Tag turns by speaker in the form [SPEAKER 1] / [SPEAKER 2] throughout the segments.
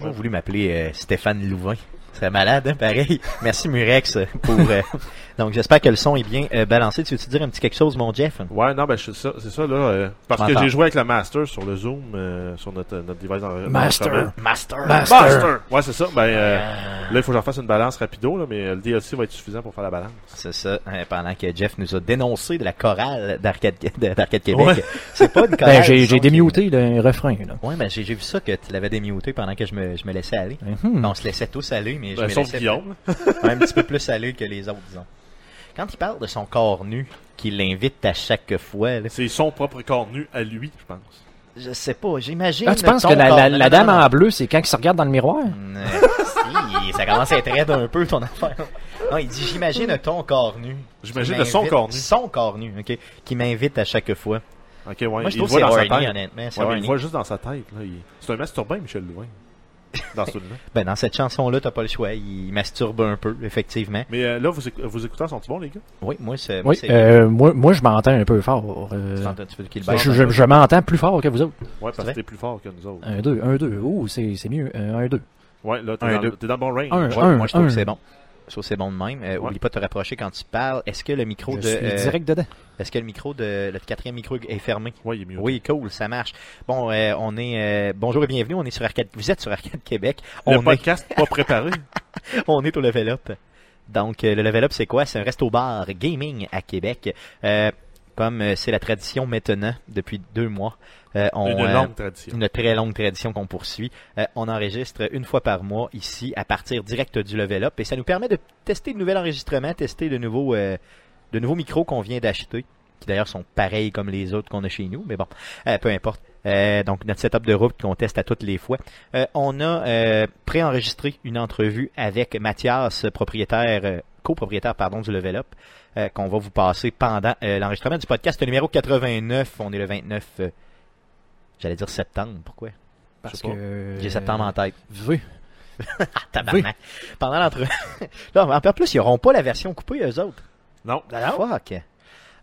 [SPEAKER 1] J'ai voulu m'appeler euh, Stéphane Louvain. C'est malade, hein, pareil. Merci Murex euh, pour. euh, donc j'espère que le son est bien euh, balancé. Tu veux-tu dire un petit quelque chose, mon Jeff?
[SPEAKER 2] Ouais, non, ben, je- ça- c'est ça, là. euh, parce que
[SPEAKER 1] M'entends.
[SPEAKER 2] j'ai joué avec la Master sur le Zoom, euh, sur notre, notre device en
[SPEAKER 3] Master.
[SPEAKER 1] Master.
[SPEAKER 3] Master.
[SPEAKER 2] Master! Ouais, c'est ça. Ben, euh, là, il faut que j'en fasse une balance rapido, là, mais euh, le DLC va être suffisant pour faire la balance.
[SPEAKER 1] C'est ça, hein, pendant que Jeff nous a dénoncé de la chorale d'Arcade de- d'Arcade Québec.
[SPEAKER 2] Ouais.
[SPEAKER 1] C'est pas une chorale.
[SPEAKER 3] Ben, j'ai, j'ai
[SPEAKER 1] démuté.
[SPEAKER 3] démuté le refrain, là.
[SPEAKER 1] Ouais, ben j'ai j'ai vu ça que tu l'avais démuté pendant que je me, je me laissais aller.
[SPEAKER 3] Mhm.
[SPEAKER 1] On se laissait tous aller, mais je
[SPEAKER 2] Ben,
[SPEAKER 1] me
[SPEAKER 2] sauf
[SPEAKER 1] laissais
[SPEAKER 2] Guillaume.
[SPEAKER 1] Ouais, un petit peu plus aller que les autres, disons. Quand il parle de son corps nu, qu'il l'invite à chaque fois, là,
[SPEAKER 2] C'est son propre corps nu à lui, je pense.
[SPEAKER 1] je sais pas, j'imagine.
[SPEAKER 3] Ah, tu penses que la, la- la dame en bleu, c'est quand il se regarde dans le miroir?
[SPEAKER 1] Hmm, si, ça commence à être raide un peu ton affaire. Non, il dit
[SPEAKER 3] Hmm.
[SPEAKER 1] j'imagine ton corps nu.
[SPEAKER 2] J'imagine
[SPEAKER 1] Qui
[SPEAKER 2] le son
[SPEAKER 1] m'invite-
[SPEAKER 2] corps nu.
[SPEAKER 1] Son corps nu, ok. Qui m'invite à chaque fois.
[SPEAKER 2] Ok, ouais,
[SPEAKER 1] Moi, je
[SPEAKER 2] il
[SPEAKER 1] trouve
[SPEAKER 2] le
[SPEAKER 1] que c'est
[SPEAKER 2] voit dans sa
[SPEAKER 1] horny,
[SPEAKER 2] tête.
[SPEAKER 1] honnêtement. C'est
[SPEAKER 2] Ouais, mais il
[SPEAKER 1] horny.
[SPEAKER 2] le voit juste dans sa tête, là. il- C'est un masturbain, Michel Louvain. Dans ce là
[SPEAKER 1] Ben, dans cette chanson-là, t'as pas le choix. Il masturbe un peu, effectivement.
[SPEAKER 2] Mais euh, là, vous, éc- vos écouteurs sont-ils bons, les gars?
[SPEAKER 1] Oui, moi, c'est. moi,
[SPEAKER 3] Oui,
[SPEAKER 1] c'est-
[SPEAKER 3] euh, moi, moi, je m'entends un peu fort. euh,
[SPEAKER 1] Tu t'entends- tu veux qu'il
[SPEAKER 3] ben,
[SPEAKER 1] baisse?
[SPEAKER 3] je, je- je m'entends plus fort que vous autres.
[SPEAKER 2] Ouais, parce
[SPEAKER 1] vrai?
[SPEAKER 2] que t'es plus fort que nous autres.
[SPEAKER 3] Un, deux, un, deux. Ouh, c'est, c'est mieux. Euh, un, deux.
[SPEAKER 2] Ouais, là,
[SPEAKER 1] Un,
[SPEAKER 2] t'es dans, le-
[SPEAKER 1] deux.
[SPEAKER 2] t'es dans le bon range.
[SPEAKER 3] Un,
[SPEAKER 1] Ouais,
[SPEAKER 3] un,
[SPEAKER 1] moi, je trouve
[SPEAKER 3] un.
[SPEAKER 1] que c'est bon. Je trouve que c'est bon de même. Euh, Oublie pas de te rapprocher quand tu parles. Est-ce que le micro
[SPEAKER 3] Je
[SPEAKER 1] de.
[SPEAKER 3] suis
[SPEAKER 1] euh,
[SPEAKER 3] direct dedans.
[SPEAKER 1] Est-ce que le micro de. Le quatrième micro est fermé?
[SPEAKER 2] Ouais, il est mieux.
[SPEAKER 1] Oui, cool, ça marche. Bon, euh, on est. euh, bonjour et bienvenue. On est sur Arcade. Vous êtes sur Arcade Québec.
[SPEAKER 2] Le
[SPEAKER 1] On, est,
[SPEAKER 2] podcast pas préparé.
[SPEAKER 1] on est au level up. Donc, euh, le level up, c'est quoi? C'est un resto-bar gaming à Québec. Euh, comme euh, c'est la tradition maintenant, depuis deux mois, euh, on,
[SPEAKER 2] Une
[SPEAKER 1] euh,
[SPEAKER 2] longue tradition.
[SPEAKER 1] une très longue tradition qu'on poursuit. Euh, on enregistre une fois par mois ici à partir direct du level up et ça nous permet de tester de nouveaux enregistrements, tester de nouveaux, euh, de nouveaux micros qu'on vient d'acheter, qui d'ailleurs sont pareils comme les autres qu'on a chez nous, mais bon, euh, peu importe. Euh, donc notre setup de route qu'on teste à toutes les fois. Euh, on a euh, préenregistré une entrevue avec Mathias, propriétaire, euh, copropriétaire pardon, du Level Up, euh, qu'on va vous passer pendant euh, l'enregistrement du podcast numéro 89. On est le 29, euh, j'allais dire septembre, pourquoi?
[SPEAKER 3] Parce
[SPEAKER 1] sais pas.
[SPEAKER 3] que.
[SPEAKER 2] Euh,
[SPEAKER 3] euh,
[SPEAKER 1] J'ai septembre en tête. Ah,
[SPEAKER 3] Oui.
[SPEAKER 1] Tabarnak. Pendant l'entrevue. là, en en plus, ils n'auront pas la version coupée, eux autres. Ah,
[SPEAKER 2] Non.
[SPEAKER 1] Fuck.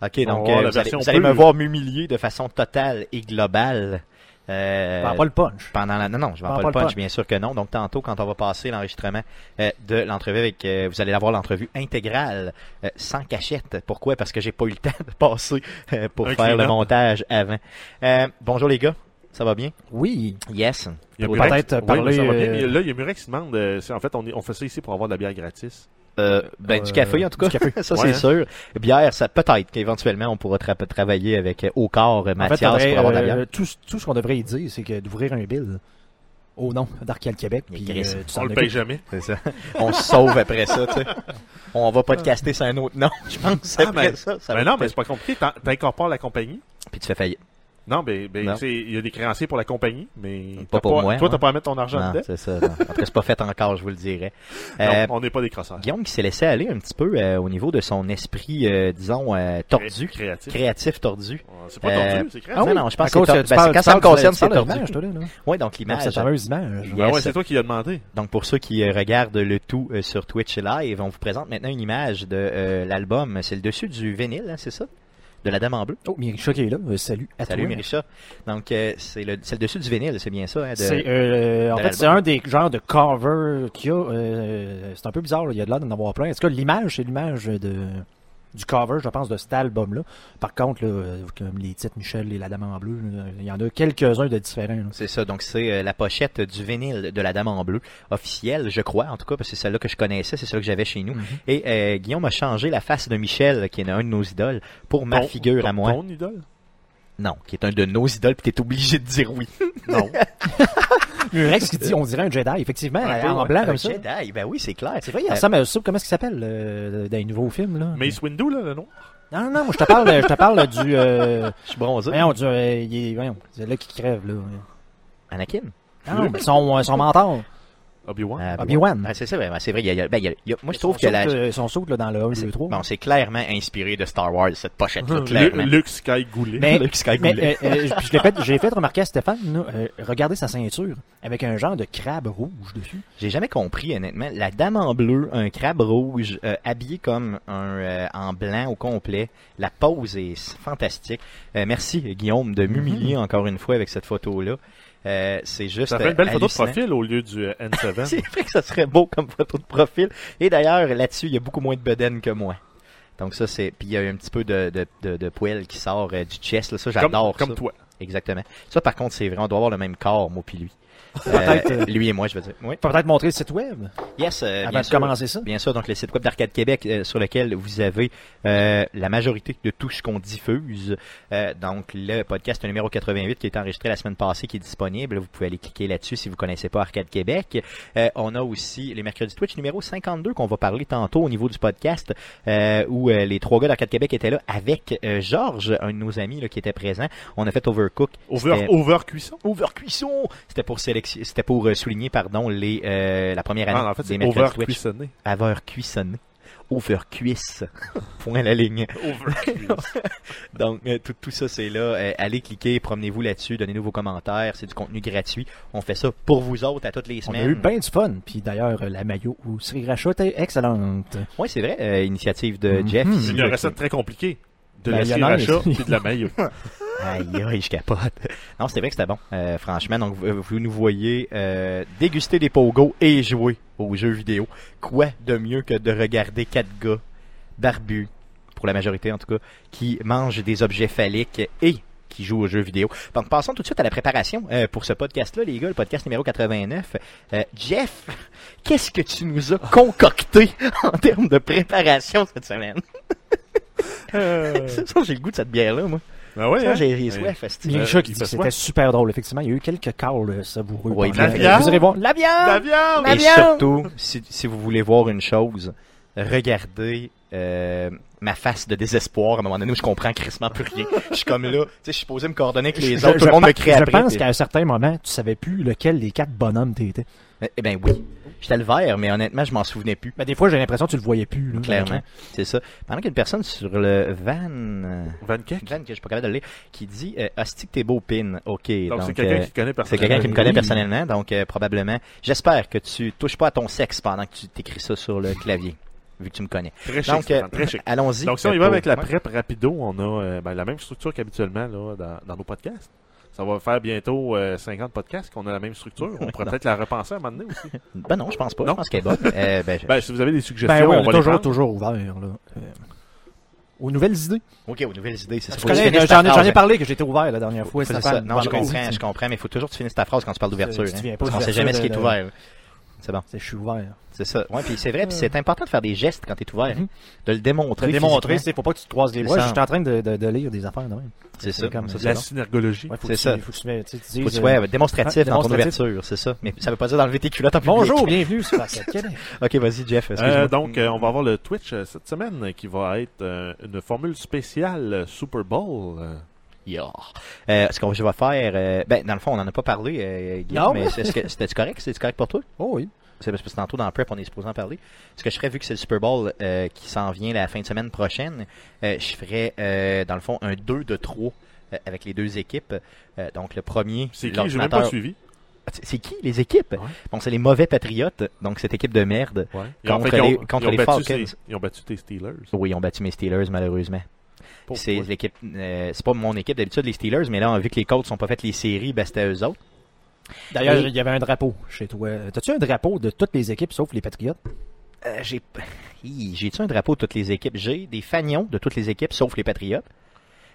[SPEAKER 1] Ok,
[SPEAKER 2] On
[SPEAKER 1] donc
[SPEAKER 2] va avoir
[SPEAKER 1] euh,
[SPEAKER 2] la
[SPEAKER 1] vous, allez,
[SPEAKER 2] version
[SPEAKER 1] vous allez me
[SPEAKER 2] pure.
[SPEAKER 1] voir m'humilier de façon totale et globale. Euh,
[SPEAKER 3] Prends pas le punch.
[SPEAKER 1] pendant la... Non, non, je ne vends pas,
[SPEAKER 3] Prends
[SPEAKER 1] le punch, bien sûr que non. Donc, tantôt, quand on va passer l'enregistrement euh, de l'entrevue avec... euh, vous allez avoir l'entrevue intégrale, euh, sans cachette. Pourquoi? Parce que j'ai pas eu le temps de passer euh, pour
[SPEAKER 2] Un
[SPEAKER 1] faire le
[SPEAKER 2] clean-up.
[SPEAKER 1] montage avant. Euh, bonjour les gars, ça va bien?
[SPEAKER 3] Oui.
[SPEAKER 1] Yes.
[SPEAKER 2] Il y a
[SPEAKER 3] Pour
[SPEAKER 2] Murex-
[SPEAKER 3] peut-être
[SPEAKER 2] oui,
[SPEAKER 3] parler,
[SPEAKER 2] ça va bien,
[SPEAKER 3] euh,
[SPEAKER 2] mais là, il y a Murex qui se demande. euh, c'est- en fait, on, est- on fait ça ici pour avoir de la bière gratis.
[SPEAKER 1] Euh, ben, du
[SPEAKER 3] Euh,
[SPEAKER 1] café, en tout cas.
[SPEAKER 3] du café.
[SPEAKER 1] ça,
[SPEAKER 2] Ouais,
[SPEAKER 1] c'est
[SPEAKER 2] hein.
[SPEAKER 1] sûr. Bière, ça peut-être qu'éventuellement, on pourra tra- travailler avec euh, au corps euh,
[SPEAKER 3] En fait,
[SPEAKER 1] Mathias
[SPEAKER 3] faudrait,
[SPEAKER 1] pour avoir de la bière.
[SPEAKER 3] euh, tout, ce- tout ce qu'on devrait y dire, c'est que d'ouvrir un bill au nom d'Arcade Québec.
[SPEAKER 1] Mais
[SPEAKER 3] Puis,
[SPEAKER 1] Chris,
[SPEAKER 3] euh, tu
[SPEAKER 2] on
[SPEAKER 3] t'en
[SPEAKER 2] le
[SPEAKER 3] occupes.
[SPEAKER 2] paye jamais.
[SPEAKER 1] C'est ça. On se sauve après ça, tu sais. On va pas te caster sur un autre nom, je pense,
[SPEAKER 2] Ah,
[SPEAKER 1] après
[SPEAKER 2] ben,
[SPEAKER 1] ça. ça
[SPEAKER 2] Mais
[SPEAKER 1] va
[SPEAKER 2] non,
[SPEAKER 1] te-
[SPEAKER 2] mais c'est pas compliqué. T'en- T'incorpores la compagnie.
[SPEAKER 1] Puis tu fais faillite.
[SPEAKER 2] Non, mais ben,
[SPEAKER 1] Non.
[SPEAKER 2] tu sais, il y a des créanciers pour la compagnie, mais
[SPEAKER 1] Pas
[SPEAKER 2] t'as
[SPEAKER 1] pour moi,
[SPEAKER 2] toi, t'as
[SPEAKER 1] ouais.
[SPEAKER 2] pas à mettre ton argent
[SPEAKER 1] Non,
[SPEAKER 2] dedans.
[SPEAKER 1] c'est ça. non. En tout cas, c'est pas fait encore, je vous le dirais.
[SPEAKER 2] Non,
[SPEAKER 1] Euh,
[SPEAKER 2] on n'est pas des crosseurs.
[SPEAKER 1] Guillaume qui s'est laissé aller un petit peu euh, au niveau de son esprit, euh, disons, euh, tordu,
[SPEAKER 2] Cré- créatif.
[SPEAKER 1] créatif tordu.
[SPEAKER 2] Ouais, C'est pas tordu,
[SPEAKER 1] Euh,
[SPEAKER 2] c'est
[SPEAKER 3] Ah
[SPEAKER 2] créatif.
[SPEAKER 1] Non,
[SPEAKER 3] oui?
[SPEAKER 1] non, je pense
[SPEAKER 3] À
[SPEAKER 1] que c'est
[SPEAKER 3] cause
[SPEAKER 1] top.
[SPEAKER 3] tu
[SPEAKER 1] Ben,
[SPEAKER 3] parles-
[SPEAKER 1] c'est quand
[SPEAKER 3] tu
[SPEAKER 1] ça me
[SPEAKER 3] parles de-
[SPEAKER 1] concerne,
[SPEAKER 3] tu parles
[SPEAKER 1] c'est
[SPEAKER 3] de
[SPEAKER 1] tordu.
[SPEAKER 3] l'image, toi, là, là.
[SPEAKER 1] Ouais, donc
[SPEAKER 3] Donc,
[SPEAKER 1] l'image.
[SPEAKER 3] Cette fameuse image.
[SPEAKER 2] Ben
[SPEAKER 1] yes.
[SPEAKER 2] ouais, c'est toi qui l'as demandé.
[SPEAKER 1] Donc pour ceux qui euh, regardent le tout euh, sur Twitch Live, on vous présente maintenant une image de euh, l'album. C'est le dessus du vinyle, hein, c'est ça? De la dame en bleu.
[SPEAKER 3] Oh, Mirisha qui est là. Euh, salut à
[SPEAKER 1] Salut
[SPEAKER 3] toi.
[SPEAKER 1] Mirisha. Donc euh, c'est le, c'est le dessus du vinyle, c'est bien ça? hein, de-
[SPEAKER 3] C'est, euh, en
[SPEAKER 1] de
[SPEAKER 3] fait, c'est
[SPEAKER 1] l'album.
[SPEAKER 3] un des genres de covers qu'il y a. euh, c'est un peu bizarre, là, il y a de l'air d'en avoir plein. En tout cas, l'image, c'est l'image de, du cover, je pense, de cet album-là. Par contre, là, euh, comme les titres Michel et La Dame en Bleu, là, il y en a quelques-uns de différents. là.
[SPEAKER 1] C'est ça, donc c'est euh, la pochette du vinyle de la Dame en bleu, officielle, je crois, en tout cas, parce que c'est celle-là que je connaissais, c'est celle que j'avais chez nous.
[SPEAKER 3] Mhm.
[SPEAKER 1] Et euh, Guillaume a changé la face de Michel, qui est un de nos idoles, pour ma
[SPEAKER 2] Ton-
[SPEAKER 1] figure à
[SPEAKER 2] ton-
[SPEAKER 1] moi.
[SPEAKER 2] Ton idole?
[SPEAKER 1] Non, qui est un de nos idoles, puis t'es obligé de dire oui.
[SPEAKER 2] Non.
[SPEAKER 3] Murex qui dit on dirait un Jedi, effectivement,
[SPEAKER 1] Un peu,
[SPEAKER 3] Ah, en
[SPEAKER 1] ouais.
[SPEAKER 3] blanc
[SPEAKER 1] Un
[SPEAKER 3] comme ça.
[SPEAKER 1] Jedi, ben oui, c'est clair.
[SPEAKER 3] C'est vrai, il ressemble à ça. Comment est-ce qu'il s'appelle euh, dans les nouveaux films là
[SPEAKER 2] Mace Windu, là, le nom.
[SPEAKER 3] Non, non, non, je te parle, je te parle du. Euh...
[SPEAKER 1] Je suis bronzé.
[SPEAKER 3] Voyons, du, euh, il est- voyons, c'est là qui crève là.
[SPEAKER 1] Anakin.
[SPEAKER 3] Non, mais son, euh, son mentor,
[SPEAKER 2] Obi-Wan.
[SPEAKER 1] Ah,
[SPEAKER 3] Obi-Wan.
[SPEAKER 1] Ah, c'est ça, ben, c'est vrai. il y a- il y a- ben, il y a- il y a- moi, je trouve
[SPEAKER 3] Son
[SPEAKER 1] que la.
[SPEAKER 3] saut, euh, son saut là, dans le 1, 2, 3.
[SPEAKER 1] Bon, c'est clairement inspiré de Star Wars, cette pochette-là,
[SPEAKER 2] Hum, Lu-
[SPEAKER 1] clairement.
[SPEAKER 2] Luke Skygoulet.
[SPEAKER 3] Mais-
[SPEAKER 1] Luke Skygoulet.
[SPEAKER 3] Mais euh, euh, je- puis je l'ai fait, j'ai fait remarquer à Stéphane, là, euh, regardez sa ceinture avec un genre de crabe rouge dessus.
[SPEAKER 1] J'ai jamais compris, honnêtement. La dame en bleu, un crabe rouge, euh, habillé comme un euh, en blanc au complet. La pose est s- fantastique. Euh, merci, Guillaume, de m'humilier encore une fois avec cette photo-là. Euh, c'est juste.
[SPEAKER 2] Mhm. Ça fait une belle
[SPEAKER 1] euh,
[SPEAKER 2] photo de
[SPEAKER 1] hallucinant.
[SPEAKER 2] profil au lieu du euh, N7.
[SPEAKER 1] C'est vrai que ça serait beau comme photo de profil. Et d'ailleurs, là-dessus, il y a beaucoup moins de bedaine que moi. Donc ça, c'est... Puis il y a un petit peu de, de, de, de poêle qui sort euh, du chest. Là. Ça,
[SPEAKER 2] Comme-
[SPEAKER 1] j'adore ça.
[SPEAKER 2] Comme toi.
[SPEAKER 1] Exactement. Ça, par contre, c'est vrai. On doit avoir le même corps, moi puis lui. Euh,
[SPEAKER 3] Peut-être, euh,
[SPEAKER 1] lui et moi, je veux dire. Oui.
[SPEAKER 3] Faut peut-être montrer le site web
[SPEAKER 1] Yes, euh,
[SPEAKER 3] avant
[SPEAKER 1] bien
[SPEAKER 3] de
[SPEAKER 1] sûr.
[SPEAKER 3] commencer ça.
[SPEAKER 1] Bien sûr, donc le site web d'Arcade Québec euh, sur lequel vous avez euh, la majorité de tout ce qu'on diffuse. Euh, donc le podcast numéro 88 qui est enregistré la semaine passée, qui est disponible. Vous pouvez aller cliquer là-dessus si vous connaissez pas Arcade Québec. Euh, on a aussi les mercredis Twitch numéro 52 qu'on va parler tantôt au niveau du podcast euh, où euh, les trois gars d'Arcade Québec étaient là avec euh, Georges, un de nos amis là, qui était présent. On a fait Overcook.
[SPEAKER 2] Over,
[SPEAKER 1] C'était-
[SPEAKER 2] over cuisson.
[SPEAKER 1] Overcuisson, c'était pour sélection- c'était pour euh, souligner pardon les euh, la première année
[SPEAKER 2] Ah, en fait,
[SPEAKER 1] des
[SPEAKER 2] c'est
[SPEAKER 1] mercredis
[SPEAKER 2] over
[SPEAKER 1] Twitch
[SPEAKER 2] cuissonné.
[SPEAKER 1] avoir cuissonné. Over cuisse. Point à la ligne.
[SPEAKER 2] Over
[SPEAKER 1] Donc, euh, tout, tout ça, c'est là. Euh, allez cliquer, promenez-vous là-dessus, donnez-nous vos commentaires. C'est du contenu gratuit. On fait ça pour vous autres à toutes les
[SPEAKER 3] On a
[SPEAKER 1] semaines.
[SPEAKER 3] eu bien du fun. Puis d'ailleurs, euh, la maillot ou Sri Racha était excellente.
[SPEAKER 1] Oui, c'est vrai. euh, initiative de
[SPEAKER 3] Mhm.
[SPEAKER 1] Jeff. ici,
[SPEAKER 2] C'est une
[SPEAKER 1] là, qui-
[SPEAKER 2] recette très compliquée. De
[SPEAKER 3] Ben,
[SPEAKER 2] la
[SPEAKER 3] il y en a un,
[SPEAKER 2] sriracha
[SPEAKER 3] mais-
[SPEAKER 2] et de la mayo.
[SPEAKER 1] Aïe, aïe, je capote. Non, c'était vrai que c'était bon. Euh, franchement, donc vous, vous nous voyez euh, déguster des pogos et jouer aux jeux vidéo. Quoi de mieux que de regarder quatre gars barbus, pour la majorité en tout cas, qui mangent des objets phalliques et qui jouent aux jeux vidéo. Donc passons tout de suite à la préparation euh, pour ce podcast-là, les gars, le podcast numéro 89. Euh, Jeff, qu'est-ce que tu nous as concocté en termes de préparation cette semaine?
[SPEAKER 2] Euh,
[SPEAKER 1] Ça, ça, j'ai le goût de cette bière-là, moi.
[SPEAKER 2] Ben ouais.
[SPEAKER 1] Ça,
[SPEAKER 2] hein.
[SPEAKER 1] j'ai j'ai
[SPEAKER 2] Oui.
[SPEAKER 1] soif, esti.
[SPEAKER 3] Bien
[SPEAKER 2] Euh,
[SPEAKER 3] sûr qui
[SPEAKER 2] il
[SPEAKER 3] dit
[SPEAKER 2] fait
[SPEAKER 3] que
[SPEAKER 2] soin.
[SPEAKER 3] c'était super drôle. Effectivement, il y a eu quelques calls euh, savoureux.
[SPEAKER 1] Oui,
[SPEAKER 3] pendant
[SPEAKER 2] de la
[SPEAKER 3] que-
[SPEAKER 2] viande.
[SPEAKER 3] Vous irez voir. La viande!
[SPEAKER 2] La viande!
[SPEAKER 3] La
[SPEAKER 1] Et
[SPEAKER 3] viande!
[SPEAKER 1] surtout, si, si vous voulez voir une chose, regardez euh, ma face de désespoir. À un moment donné, où je comprends crissement plus rien. Je suis comme là, tu sais, je suis supposé me coordonner avec les
[SPEAKER 3] Je-
[SPEAKER 1] autres.
[SPEAKER 3] je
[SPEAKER 1] Tout le monde
[SPEAKER 3] pe-
[SPEAKER 1] me crée
[SPEAKER 3] Je
[SPEAKER 1] après.
[SPEAKER 3] pense
[SPEAKER 1] puis-
[SPEAKER 3] qu'à un certain moment, tu savais plus lequel des quatre bonhommes t'étais.
[SPEAKER 1] Eh- Eh ben oui, j'étais le vert, mais honnêtement, je m'en souvenais plus.
[SPEAKER 3] Ben, des fois, j'ai l'impression que tu le voyais plus. Là,
[SPEAKER 1] Clairement, c'est ça. Pendant qu'une personne sur le van, euh,
[SPEAKER 3] Ah!
[SPEAKER 2] Van Keck.
[SPEAKER 1] van que je suis pas capable de le lire, qui dit euh, Hostie que t'es beau, pin. Ok,
[SPEAKER 2] Donc, c'est
[SPEAKER 1] donc,
[SPEAKER 2] quelqu'un
[SPEAKER 1] euh,
[SPEAKER 2] qui connaît
[SPEAKER 1] c'est
[SPEAKER 2] personnellement.
[SPEAKER 1] quelqu'un qui me connaît
[SPEAKER 3] Oui.
[SPEAKER 1] personnellement, donc euh, probablement. J'espère que tu touches pas à ton sexe pendant que tu t'écris ça sur le clavier, vu que tu me connais.
[SPEAKER 2] Très chic.
[SPEAKER 1] Donc, euh,
[SPEAKER 2] Stéphane, très chic.
[SPEAKER 1] allons-y.
[SPEAKER 2] Donc, si on y
[SPEAKER 1] Euh,
[SPEAKER 2] va
[SPEAKER 1] pour-
[SPEAKER 2] avec la
[SPEAKER 1] Ouais.
[SPEAKER 2] prep rapido, on a euh, ben, la même structure qu'habituellement là, dans, dans nos podcasts. Ça va faire bientôt euh, 50 podcasts qu'on a la même structure. On pourrait
[SPEAKER 1] Non.
[SPEAKER 2] peut-être la repenser à un moment donné aussi.
[SPEAKER 1] Ben non, je pense pas.
[SPEAKER 2] Non.
[SPEAKER 1] Je pense qu'elle est bonne. Euh, ben, je-
[SPEAKER 2] Ben, si vous avez des suggestions,
[SPEAKER 3] Ben oui,
[SPEAKER 2] on va
[SPEAKER 3] on est
[SPEAKER 2] les
[SPEAKER 3] toujours,
[SPEAKER 2] prendre.
[SPEAKER 3] toujours ouvert, là. Euh, aux nouvelles idées.
[SPEAKER 1] Ok, aux nouvelles idées, c'est ça.
[SPEAKER 3] Je
[SPEAKER 1] Faut que tu
[SPEAKER 3] connais,
[SPEAKER 1] finisses ta
[SPEAKER 3] j'en, ai, j'en
[SPEAKER 1] phrase.
[SPEAKER 3] ai parlé que j'étais ouvert la dernière fois.
[SPEAKER 1] Faut- c'est
[SPEAKER 3] Stéphane,
[SPEAKER 1] ça. Non, je
[SPEAKER 3] vendredi.
[SPEAKER 1] comprends, je comprends, mais il faut toujours que tu finisses ta phrase quand tu parles d'ouverture.
[SPEAKER 3] Tu te souviens
[SPEAKER 1] hein,
[SPEAKER 3] pas
[SPEAKER 1] parce qu'on sait
[SPEAKER 3] d'ouverture
[SPEAKER 1] jamais
[SPEAKER 3] de-
[SPEAKER 1] ce qui est
[SPEAKER 3] de-
[SPEAKER 1] ouvert. C'est bon,
[SPEAKER 3] C'est- Je suis ouvert.
[SPEAKER 1] c'est ça. Ouais, puis c'est vrai, puis c'est important de faire des gestes quand t'es ouvert, hein, de le
[SPEAKER 3] Te
[SPEAKER 1] démontrer.
[SPEAKER 3] Euh. démontrer,
[SPEAKER 1] physiquement.
[SPEAKER 3] c'est faut pas que tu te croises les
[SPEAKER 1] C'est
[SPEAKER 3] bras.
[SPEAKER 1] ça.
[SPEAKER 3] Je suis en train de, de, de lire des affaires de même.
[SPEAKER 1] c'est ça.
[SPEAKER 3] c'est comme-
[SPEAKER 1] ça, c'est
[SPEAKER 2] La
[SPEAKER 1] bon.
[SPEAKER 2] synergologie.
[SPEAKER 3] Ouais, faut
[SPEAKER 1] C'est
[SPEAKER 3] que
[SPEAKER 1] ça.
[SPEAKER 3] Tu, faut que tu, mets- tu, sais, tu
[SPEAKER 1] Faut que tu
[SPEAKER 3] dises,
[SPEAKER 1] sois
[SPEAKER 3] euh,
[SPEAKER 1] euh, démonstratif
[SPEAKER 3] ah,
[SPEAKER 1] dans ton
[SPEAKER 3] démonstratif.
[SPEAKER 1] ouverture, c'est ça. Mais ça veut pas dire d'enlever tes culottes en public.
[SPEAKER 3] Bonjour, bienvenue sur Arcade Québec.
[SPEAKER 1] Ok, vas-y, Jeff. excuse-moi.
[SPEAKER 2] Euh, donc, euh, on va avoir le Twitch euh, cette semaine euh, qui va être euh, une formule spéciale euh, Super Bowl. euh.
[SPEAKER 1] Yeah. Euh, ce qu'on je vais faire, euh, ben dans le fond, on en a pas parlé, euh, Guillaume,
[SPEAKER 3] Non.
[SPEAKER 1] mais est-ce que c'était correct, c'était correct pour toi?
[SPEAKER 3] Oh oui.
[SPEAKER 1] C'est parce que tantôt dans le prep, on est supposé en parler. Ce que je ferais, vu que c'est le Super Bowl euh, qui s'en vient la fin de semaine prochaine, euh, je ferais, euh, dans le fond, un 2 de 3 euh, avec les deux équipes. Euh, donc, le premier,
[SPEAKER 2] C'est qui J'ai même
[SPEAKER 1] l'ordinateur.
[SPEAKER 2] pas
[SPEAKER 1] Ah,
[SPEAKER 2] suivi.
[SPEAKER 1] C'est qui, les équipes?
[SPEAKER 2] Ouais.
[SPEAKER 1] Bon, c'est les mauvais Patriotes, donc cette équipe de merde.
[SPEAKER 2] Et en
[SPEAKER 1] Contre
[SPEAKER 2] fait, ils ont-
[SPEAKER 1] les-
[SPEAKER 2] ils
[SPEAKER 1] contre
[SPEAKER 2] ont
[SPEAKER 1] les
[SPEAKER 2] battu
[SPEAKER 1] Falcons.
[SPEAKER 2] ces- Ils ont battu tes Steelers.
[SPEAKER 1] Oui, ils ont battu mes Steelers, malheureusement.
[SPEAKER 2] Pour-
[SPEAKER 1] C'est
[SPEAKER 2] ouais.
[SPEAKER 1] l'équipe, euh, c'est pas mon équipe d'habitude, les Steelers, mais là, vu que les Colts sont pas fait les séries, ben, c'était eux autres.
[SPEAKER 3] D'ailleurs,
[SPEAKER 1] Et-
[SPEAKER 3] il y avait un drapeau chez toi. T'as-tu un drapeau de toutes les équipes sauf les Patriotes?
[SPEAKER 1] Euh, j'ai, Hi, j'ai-tu un drapeau de toutes les équipes? J'ai des fagnons de toutes les équipes, sauf les Patriotes.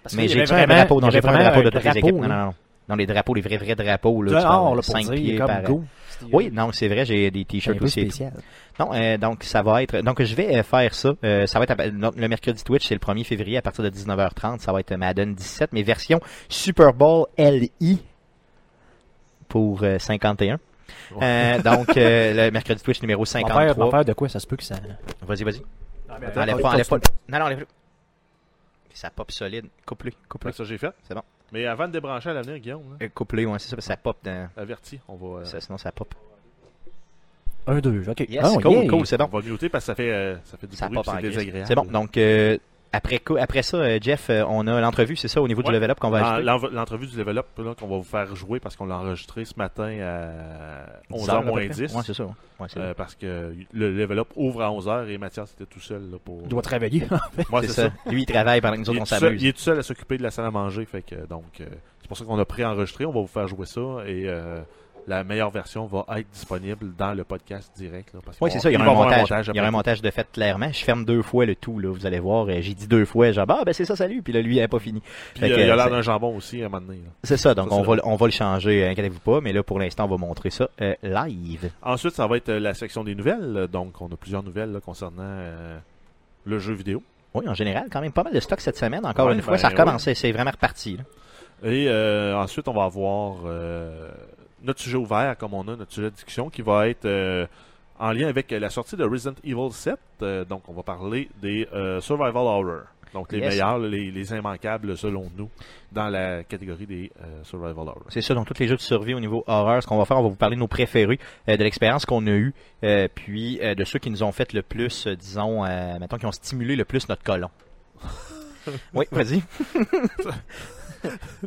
[SPEAKER 3] Parce
[SPEAKER 1] Mais
[SPEAKER 3] qu'il y avait
[SPEAKER 1] j'ai un
[SPEAKER 3] vraiment-
[SPEAKER 1] drapeau, non,
[SPEAKER 3] il y
[SPEAKER 1] j'ai
[SPEAKER 3] avait
[SPEAKER 1] pas un
[SPEAKER 3] vraiment
[SPEAKER 1] drapeau de
[SPEAKER 3] un
[SPEAKER 1] toutes les équipes. Non,
[SPEAKER 3] drapeau,
[SPEAKER 1] non, non. Non, les drapeaux, les vrais, vrais drapeaux, là. tu
[SPEAKER 3] Dehors,
[SPEAKER 1] parles
[SPEAKER 3] là, pour
[SPEAKER 1] 5
[SPEAKER 3] dire, il
[SPEAKER 1] pieds
[SPEAKER 3] est comme
[SPEAKER 1] par-
[SPEAKER 3] go.
[SPEAKER 1] Oui, non, c'est vrai, j'ai des
[SPEAKER 3] C'est un
[SPEAKER 1] t-shirts
[SPEAKER 3] peu
[SPEAKER 1] aussi. et tout.
[SPEAKER 3] spécial.
[SPEAKER 1] Non, euh, donc ça va être. Donc je vais euh, faire ça. Euh, ça va être à- non, le mercredi Twitch, c'est le 1er février à partir de 19h30. Ça va être Madden 17, mais version Super Bowl LI. pour euh, 51. Euh, donc, euh, le mercredi Twitch numéro
[SPEAKER 3] Mon père, mon
[SPEAKER 1] 53.
[SPEAKER 3] père, de quoi ça se peut que ça.
[SPEAKER 1] Vas-y, vas-y.
[SPEAKER 3] mais
[SPEAKER 1] Attends, enlève
[SPEAKER 3] attends,
[SPEAKER 1] pas, enlève pas.
[SPEAKER 3] attends,
[SPEAKER 1] Non, non, enlève pas. Ça pop solide. Coupe-le, coupe-le.
[SPEAKER 2] Fait que ça, j'ai fait.
[SPEAKER 1] C'est bon.
[SPEAKER 2] Mais avant de débrancher à l'avenir, Guillaume, là,
[SPEAKER 1] Euh, Coupe-le, ouais, c'est ça, parce que ça pop dans...
[SPEAKER 2] averti, on va, euh,
[SPEAKER 1] ça, sinon ça pop.
[SPEAKER 3] Un, deux, ok.
[SPEAKER 1] Yes,
[SPEAKER 3] Ah,
[SPEAKER 1] cool,
[SPEAKER 3] yeah.
[SPEAKER 1] cool, c'est
[SPEAKER 2] on
[SPEAKER 1] bon.
[SPEAKER 2] va muter parce que ça fait, euh, ça fait du
[SPEAKER 1] Ça
[SPEAKER 2] bruit,
[SPEAKER 1] pop
[SPEAKER 2] puis
[SPEAKER 1] en
[SPEAKER 2] c'est
[SPEAKER 1] crise.
[SPEAKER 2] désagréable.
[SPEAKER 1] C'est bon, donc euh, après, co- après ça, euh, Jeff, euh, on a l'entrevue, c'est ça, au niveau du
[SPEAKER 2] Ouais.
[SPEAKER 1] level up qu'on va
[SPEAKER 2] Ah,
[SPEAKER 1] ajouter.
[SPEAKER 2] l'env- L'entrevue du level up là, qu'on va vous faire jouer parce qu'on l'a enregistré ce matin à
[SPEAKER 1] 10 heures, à
[SPEAKER 2] 11h
[SPEAKER 1] peu
[SPEAKER 2] moins
[SPEAKER 1] près.
[SPEAKER 2] 10.
[SPEAKER 1] Ouais, c'est ça. ouais. Ouais, c'est-
[SPEAKER 2] euh, parce que le level up ouvre à 11h et Mathias était tout seul là, pour.
[SPEAKER 3] Il doit travailler.
[SPEAKER 2] Ouais,
[SPEAKER 1] c'est ça. Lui, il travaille pendant que nous
[SPEAKER 2] Il
[SPEAKER 1] autres,
[SPEAKER 2] est,
[SPEAKER 1] on
[SPEAKER 2] tout seul, il
[SPEAKER 1] s'amuse.
[SPEAKER 2] est tout seul à s'occuper de la salle à manger. Fait que, donc, euh, c'est pour ça qu'on a préenregistré. On va vous faire jouer ça et euh, la meilleure version va être disponible dans le podcast direct. là, parce
[SPEAKER 1] Oui,
[SPEAKER 2] qu'on-
[SPEAKER 1] c'est ça, il y
[SPEAKER 2] va
[SPEAKER 1] aura un
[SPEAKER 2] avoir
[SPEAKER 1] montage. il y aura
[SPEAKER 2] après.
[SPEAKER 1] un montage de fait, clairement. Je ferme deux fois le tout, là, vous allez voir. Euh, J'ai dit deux fois, genre, ah, ben c'est ça, salut. Puis là, lui, il n'a pas fini.
[SPEAKER 2] Puis,
[SPEAKER 1] Fait
[SPEAKER 2] euh,
[SPEAKER 1] que,
[SPEAKER 2] il y a l'air
[SPEAKER 1] c'est-
[SPEAKER 2] d'un jambon aussi à un moment donné. là.
[SPEAKER 1] C'est ça, donc
[SPEAKER 2] Ça, c'est
[SPEAKER 1] on, va, le- on va le changer, euh, inquiétez-vous pas. Mais là, pour l'instant, on va montrer ça euh, live.
[SPEAKER 2] Ensuite, ça va être euh, la section des nouvelles. Donc, on a plusieurs nouvelles là, concernant euh, le jeu vidéo.
[SPEAKER 1] Oui, en général, quand même pas mal de stock cette semaine. Encore
[SPEAKER 2] Ouais,
[SPEAKER 1] une fois,
[SPEAKER 2] ben,
[SPEAKER 1] ça recommence. C'est vraiment reparti. là.
[SPEAKER 2] Et euh, ensuite, on va avoir euh, notre sujet ouvert, comme on a notre sujet de discussion, qui va être euh, en lien avec euh, la sortie de Resident Evil 7. Euh, donc, on va parler des euh, Survival Horror. Donc, les
[SPEAKER 1] Yes.
[SPEAKER 2] meilleurs, les, les immanquables, selon nous, dans la catégorie des euh, Survival Horror.
[SPEAKER 1] C'est ça, donc tous les jeux de survie au niveau horreur, ce qu'on va faire, on va vous parler de nos préférés, euh, de l'expérience qu'on a eue, euh, puis euh, de ceux qui nous ont fait le plus, euh, disons, euh, mettons, qui ont stimulé le plus notre colon. oui, vas-y.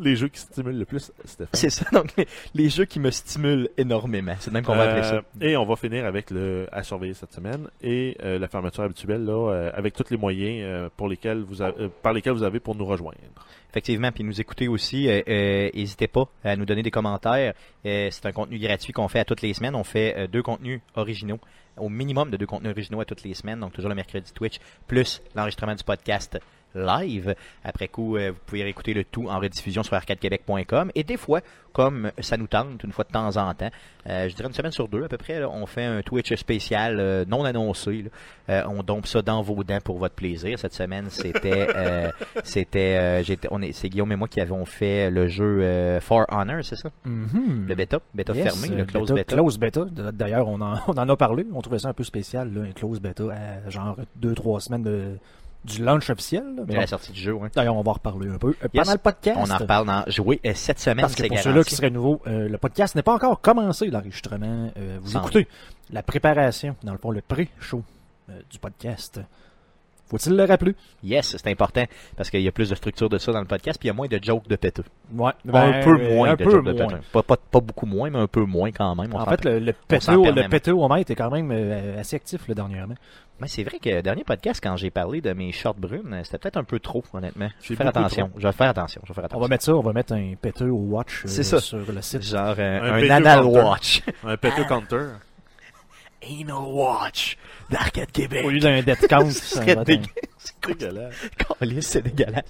[SPEAKER 2] Les jeux qui stimulent le plus, Stéphane.
[SPEAKER 1] C'est ça, donc les, les jeux qui me stimulent énormément. C'est de même qu'on va appeler
[SPEAKER 2] Euh,
[SPEAKER 1] ça.
[SPEAKER 2] Et on va finir avec le à surveiller cette semaine et euh, la fermeture habituelle là, euh, avec tous les moyens euh, pour lesquels vous a- euh, par lesquels vous avez pour nous rejoindre.
[SPEAKER 1] Effectivement, puis nous écouter aussi, euh, euh, n'hésitez pas à nous donner des commentaires. Euh, c'est un contenu gratuit qu'on fait à toutes les semaines. On fait euh, deux contenus originaux, au minimum de deux contenus originaux à toutes les semaines, donc toujours le mercredi Twitch, plus l'enregistrement du podcast live. Après coup, euh, vous pouvez réécouter le tout en rediffusion sur arcadequebec.com. Et des fois, comme ça nous tente, une fois de temps en temps, euh, je dirais une semaine sur deux à peu près, là, on fait un Twitch spécial euh, non annoncé. là. Euh, on dompe ça dans vos dents pour votre plaisir. Cette semaine, c'était... euh, c'était euh, j'étais on est c'est Guillaume et moi qui avons fait le jeu euh, For Honor, c'est ça
[SPEAKER 3] Mhm.
[SPEAKER 1] Le bêta, bêta
[SPEAKER 3] Yes,
[SPEAKER 1] fermé, le
[SPEAKER 3] euh,
[SPEAKER 1] close
[SPEAKER 3] bêta-
[SPEAKER 1] bêta.
[SPEAKER 3] Close bêta. D'ailleurs, on en, on en a parlé. On trouvait ça un peu spécial, là, un close bêta, à genre deux, trois semaines de, du launch officiel. là. Mais
[SPEAKER 1] de
[SPEAKER 3] bon,
[SPEAKER 1] la sortie du jeu, ouais.
[SPEAKER 3] D'ailleurs, on va en reparler un peu euh,
[SPEAKER 1] Yes.
[SPEAKER 3] pendant le podcast.
[SPEAKER 1] On en reparle dans jouer euh, cette semaine,
[SPEAKER 3] Parce que
[SPEAKER 1] c'est
[SPEAKER 3] pour ceux-là
[SPEAKER 1] garanti.
[SPEAKER 3] qui seraient nouveaux, euh, le podcast n'est pas encore commencé, l'enregistrement. Euh, vous
[SPEAKER 1] Sans
[SPEAKER 3] écoutez la préparation, dans le fond, le pré-show euh, du podcast. Faut-il le rappeler?
[SPEAKER 1] Yes, c'est important parce qu'il y a plus de structure de ça dans le podcast, puis il y a moins de jokes de péteux.
[SPEAKER 3] Ouais,
[SPEAKER 1] un
[SPEAKER 3] ben,
[SPEAKER 1] peu
[SPEAKER 3] euh,
[SPEAKER 1] moins
[SPEAKER 3] un
[SPEAKER 1] de
[SPEAKER 3] peu
[SPEAKER 1] jokes de
[SPEAKER 3] moins.
[SPEAKER 1] péteux. Pas, pas, pas beaucoup moins, mais un peu moins quand même. on
[SPEAKER 3] En
[SPEAKER 1] s'en
[SPEAKER 3] fait, le, le
[SPEAKER 1] s'en
[SPEAKER 3] pétéo-
[SPEAKER 1] perd
[SPEAKER 3] le
[SPEAKER 1] même.
[SPEAKER 3] pétéomètre est quand même euh, assez actif là, dernièrement.
[SPEAKER 1] Mais c'est vrai que le dernier podcast, quand j'ai parlé de mes shorts brunes, euh, c'était peut-être un peu trop, honnêtement. Je
[SPEAKER 2] C'est
[SPEAKER 1] vais faire
[SPEAKER 2] beaucoup
[SPEAKER 1] attention. Je vais faire attention. Je vais faire attention.
[SPEAKER 3] On va mettre ça, on va mettre un péteux au watch euh,
[SPEAKER 1] C'est ça.
[SPEAKER 3] sur le site.
[SPEAKER 1] genre euh,
[SPEAKER 2] Un
[SPEAKER 1] un,
[SPEAKER 2] péteux
[SPEAKER 1] anal
[SPEAKER 2] counter.
[SPEAKER 1] watch.
[SPEAKER 2] Un péteux counter.
[SPEAKER 1] anal watch d'Arcade Québec.
[SPEAKER 3] Au lieu d'un dead count, ça
[SPEAKER 1] serait
[SPEAKER 3] va être un-
[SPEAKER 1] dégueu. Caliste, c'est dégueulasse.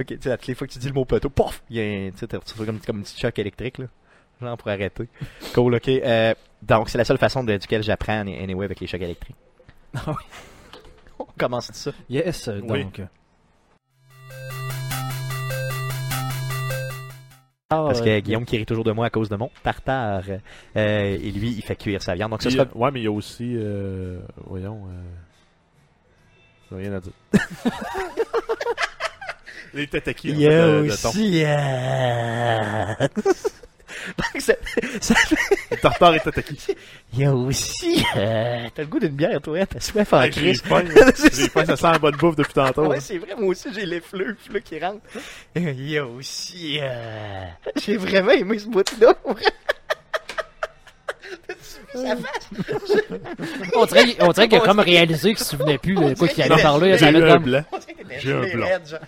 [SPEAKER 1] Ok, tu sais, à toutes les fois que tu dis le mot poteau, pof, il y a un, tu sais, t'as- tu fais comme, comme un petit choc électrique, là. Genre pour arrêter. Cool, ok. Euh, donc, c'est la seule façon de, duquel j'apprends, any- anyway, avec les chocs électriques.
[SPEAKER 3] Ah oui.
[SPEAKER 1] On commence tout
[SPEAKER 2] Ah
[SPEAKER 1] ça.
[SPEAKER 3] Yes, euh,
[SPEAKER 2] Oui.
[SPEAKER 3] donc. euh. Ah,
[SPEAKER 1] Parce
[SPEAKER 3] euh,
[SPEAKER 1] que Guillaume qui rit toujours de moi à cause de mon tartare. euh, et lui, il fait cuire sa viande. Donc, ça
[SPEAKER 2] Puis,
[SPEAKER 1] sera.
[SPEAKER 2] euh, Ouais, mais il y a aussi, euh, voyons, euh, j'ai rien à dire. les tataki, en fait, de, de ton.
[SPEAKER 1] euh, Donc, ça- ça
[SPEAKER 2] Le tartare et tataki.
[SPEAKER 1] Il y a aussi. euh, T'as le goût d'une bière, toi, hein? t'as soif en
[SPEAKER 2] Hey, j'ai
[SPEAKER 1] crise.
[SPEAKER 2] faim.
[SPEAKER 1] C'est
[SPEAKER 2] J'ai faim, ça sent la bonne bouffe depuis tantôt.
[SPEAKER 1] Ouais,
[SPEAKER 2] hein.
[SPEAKER 1] c'est vrai, moi aussi j'ai les fleuves là, qui rentrent. Et Il y a aussi. euh, J'ai vraiment aimé ce bout-là. pour vrai. T'as-tu vu sa face?
[SPEAKER 3] on dirait, on dirait qu'il a
[SPEAKER 1] On
[SPEAKER 3] comme réalisé qu'il se souvenait plus de quoi qu'il
[SPEAKER 1] Non,
[SPEAKER 3] allait parler.
[SPEAKER 2] J'ai
[SPEAKER 3] Ça
[SPEAKER 2] eu
[SPEAKER 3] avait
[SPEAKER 2] un
[SPEAKER 3] comme-
[SPEAKER 2] blanc.
[SPEAKER 1] On dirait que t'étais
[SPEAKER 2] J'ai un
[SPEAKER 1] gelé
[SPEAKER 2] blanc.
[SPEAKER 1] raide, genre.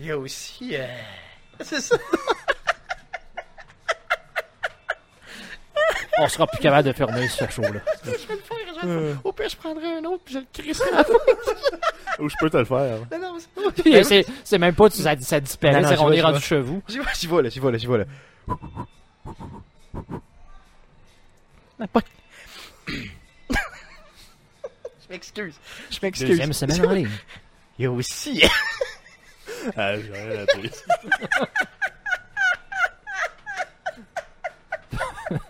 [SPEAKER 1] Il y a aussi. euh, C'est ça.
[SPEAKER 3] On sera plus capable de fermer ce show-là.
[SPEAKER 1] Je vais le faire. je vais le faire. Au pire, je prendrai un autre puis je le crisserai à fond.
[SPEAKER 2] Ou je peux te le faire.
[SPEAKER 1] Non, non, c'est-
[SPEAKER 3] Et c'est- C'est même pas, ça, ça disparaît,
[SPEAKER 1] Non, non,
[SPEAKER 3] c'est-
[SPEAKER 1] je
[SPEAKER 3] on
[SPEAKER 1] vois,
[SPEAKER 3] est
[SPEAKER 1] je
[SPEAKER 3] rendu
[SPEAKER 1] vois.
[SPEAKER 3] chez vous.
[SPEAKER 1] J'y vais, j'y vais, là, j'y vais, là, j'y vais, là. Ah, pas- Je m'excuse. Je m'excuse.
[SPEAKER 3] Deuxième semaine en ligne.
[SPEAKER 1] Il y a aussi.
[SPEAKER 2] Ah, j'ai rien à dire.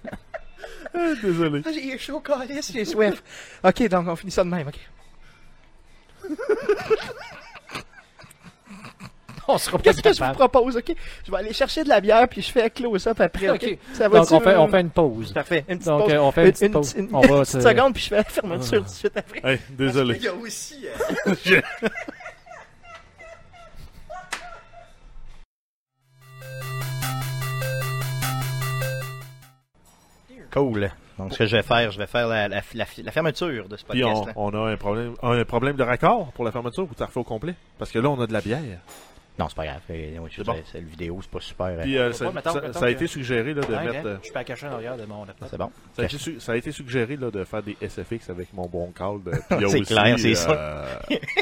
[SPEAKER 2] Désolé.
[SPEAKER 1] Ah, J'ai eu chaud, calice, j'ai soif. Ok, donc on finit ça de même, ok.
[SPEAKER 3] On sera pas
[SPEAKER 1] Qu'est-ce que je vous
[SPEAKER 3] capable.
[SPEAKER 1] propose, ok? Je vais aller chercher de la bière puis je fais un close-up après, ok?
[SPEAKER 3] Ok.
[SPEAKER 1] Ça va
[SPEAKER 3] Donc, on fait, on fait une pause.
[SPEAKER 1] Parfait, une petite
[SPEAKER 3] Donc,
[SPEAKER 1] pause.
[SPEAKER 3] euh, on fait une petite pause.
[SPEAKER 1] une-
[SPEAKER 3] On va euh,
[SPEAKER 1] une petite
[SPEAKER 3] se-
[SPEAKER 1] seconde puis je fais la fermeture tout de suite après.
[SPEAKER 2] Hey, désolé.
[SPEAKER 1] Il y a aussi. euh, Cool. Donc, ce que je vais faire, je vais faire la, la- la- la fermeture de ce hein.
[SPEAKER 2] Puis on,
[SPEAKER 1] podcast-là.
[SPEAKER 2] on a un problème, un problème de raccord pour la fermeture ou t'as refait au complet? Parce que là, on a de la bière.
[SPEAKER 1] Non, c'est pas grave. Euh, oui, je
[SPEAKER 2] C'est bon.
[SPEAKER 1] sais, c'est- La vidéo, c'est pas super. euh,
[SPEAKER 2] Puis euh,
[SPEAKER 3] On va
[SPEAKER 2] ça,
[SPEAKER 3] Ben, pas, mettons,
[SPEAKER 2] ça-
[SPEAKER 3] mettons
[SPEAKER 2] ça a
[SPEAKER 3] que-
[SPEAKER 2] été suggéré là, de
[SPEAKER 3] Ouais,
[SPEAKER 2] mettre.
[SPEAKER 3] hein,
[SPEAKER 2] euh,
[SPEAKER 3] Je suis pas caché en arrière de mon laptop.
[SPEAKER 1] C'est bon.
[SPEAKER 2] Ça a, été su- ça a été suggéré là, de faire des SFX avec mon bon call. De, puis il y a
[SPEAKER 1] C'est
[SPEAKER 2] aussi,
[SPEAKER 1] clair, c'est
[SPEAKER 2] euh,